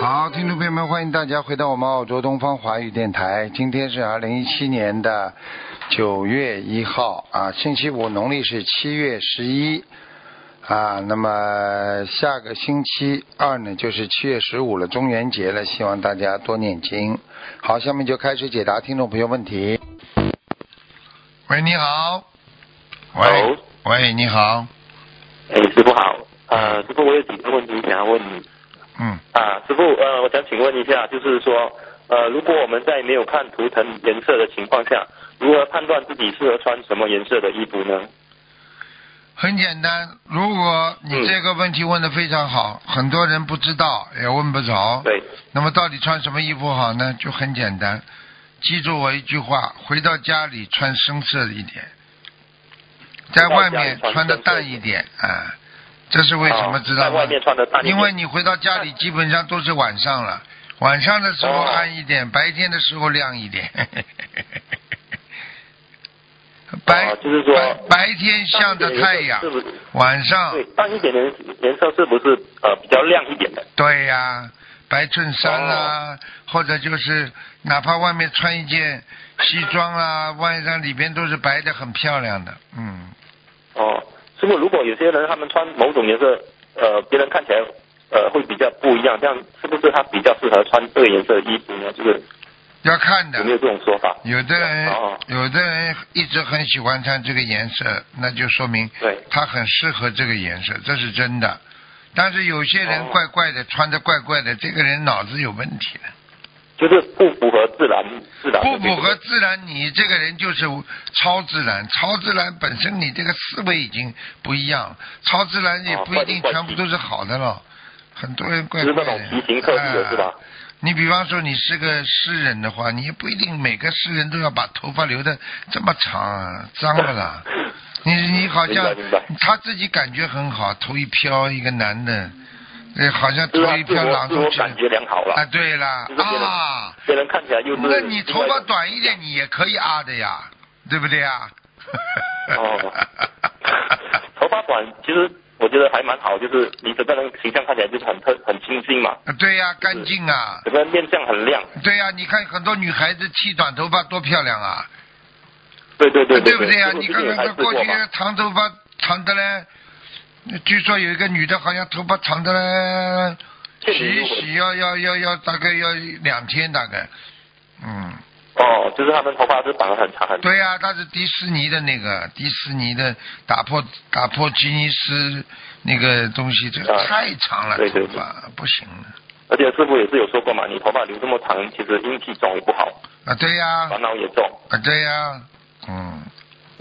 好，听众朋友们，欢迎大家回到我们澳洲东方华语电台。今天是二零一七年的九月一号啊，星期五，农历是七月十一啊。那么下个星期二呢，就是七月十五了，中元节了，希望大家多念经。好，下面就开始解答听众朋友问题。喂，你好。喂 Hello。喂，你好。哎，师傅好，呃，师傅我有几个问题想要问你嗯，啊，师傅，呃，我想请问一下，就是说，呃，如果我们在没有看图腾颜色的情况下，如何判断自己适合穿什么颜色的衣服呢？很简单，如果你嗯这个问题问的非常好，很多人不知道也问不着。对，那么到底穿什么衣服好呢？就很简单，记住我一句话：回到家里穿深色一点，在外面穿的淡一点啊。这是为什么啊知道在吗外？面穿的大一点因为你回到家里基本上都是晚上了，晚上的时候哦暗一点，白天的时候亮一点。 白啊就是说白白天向着太阳是，不是？晚上对，淡一点的颜色是不是呃比较亮一点的？对呀、白衬衫啦、哦或者就是哪怕外面穿一件西装啦、外上里边都是白的，很漂亮的。嗯，哦，师傅，如果有些人他们穿某种颜色，呃，别人看起来呃会比较不一样，这样是不是他比较适合穿这个颜色的衣服呢？就是要看有没有的。这种说法？有的人哦，有的人一直很喜欢穿这个颜色，那就说明对他很适合这个颜色，这是真的。但是有些人哦怪怪的，穿的怪怪的，这个人脑子有问题了。就是不符合自然自然不的这个符合自然，你这个人就是超自然。超自然本身你这个思维已经不一样了，超自然也哦不一定怪全力乱部神都是好的了。很多人怪就是怪那种的题型特技的是吧？啊你比方说你是个诗人的话，你也不一定每个诗人都要把头发留的这么长、啊，脏不啦？你你好像明白明白他自己感觉很好，头一飘，一个男的，呃，好像头 就是他一啊自飘我朗自我诵起来感觉良好了，啊，对啦就是别人啊。别人看起来又是那你另头外一发种短一点，你也可以啊的呀，对不对啊呀？哦 头发短，其实我觉得还蛮好，就是你整个人形象看起来就是很特很清新嘛，对呀、干净啊，整个人面相很亮，对呀、你看很多女孩子剃短头发多漂亮啊，对对对不对对呀、啊师傅你之看前看也拍这摄过过去嘛，长头发长的嘞，据说有一个女的好像头发长的嘞，洗倩一女幽魂洗要要要要大概要两天大概，嗯。哦，就是他们头发是绑得很长很，对呀、他是迪士尼的那个，迪士尼的打破打破吉尼斯那个东西，这个啊太长了，对对头发不行了而且师傅也是有说过嘛，你头发留这么长，其实阴气重也不好，啊，对呀、烦恼也重，啊，对呀、嗯，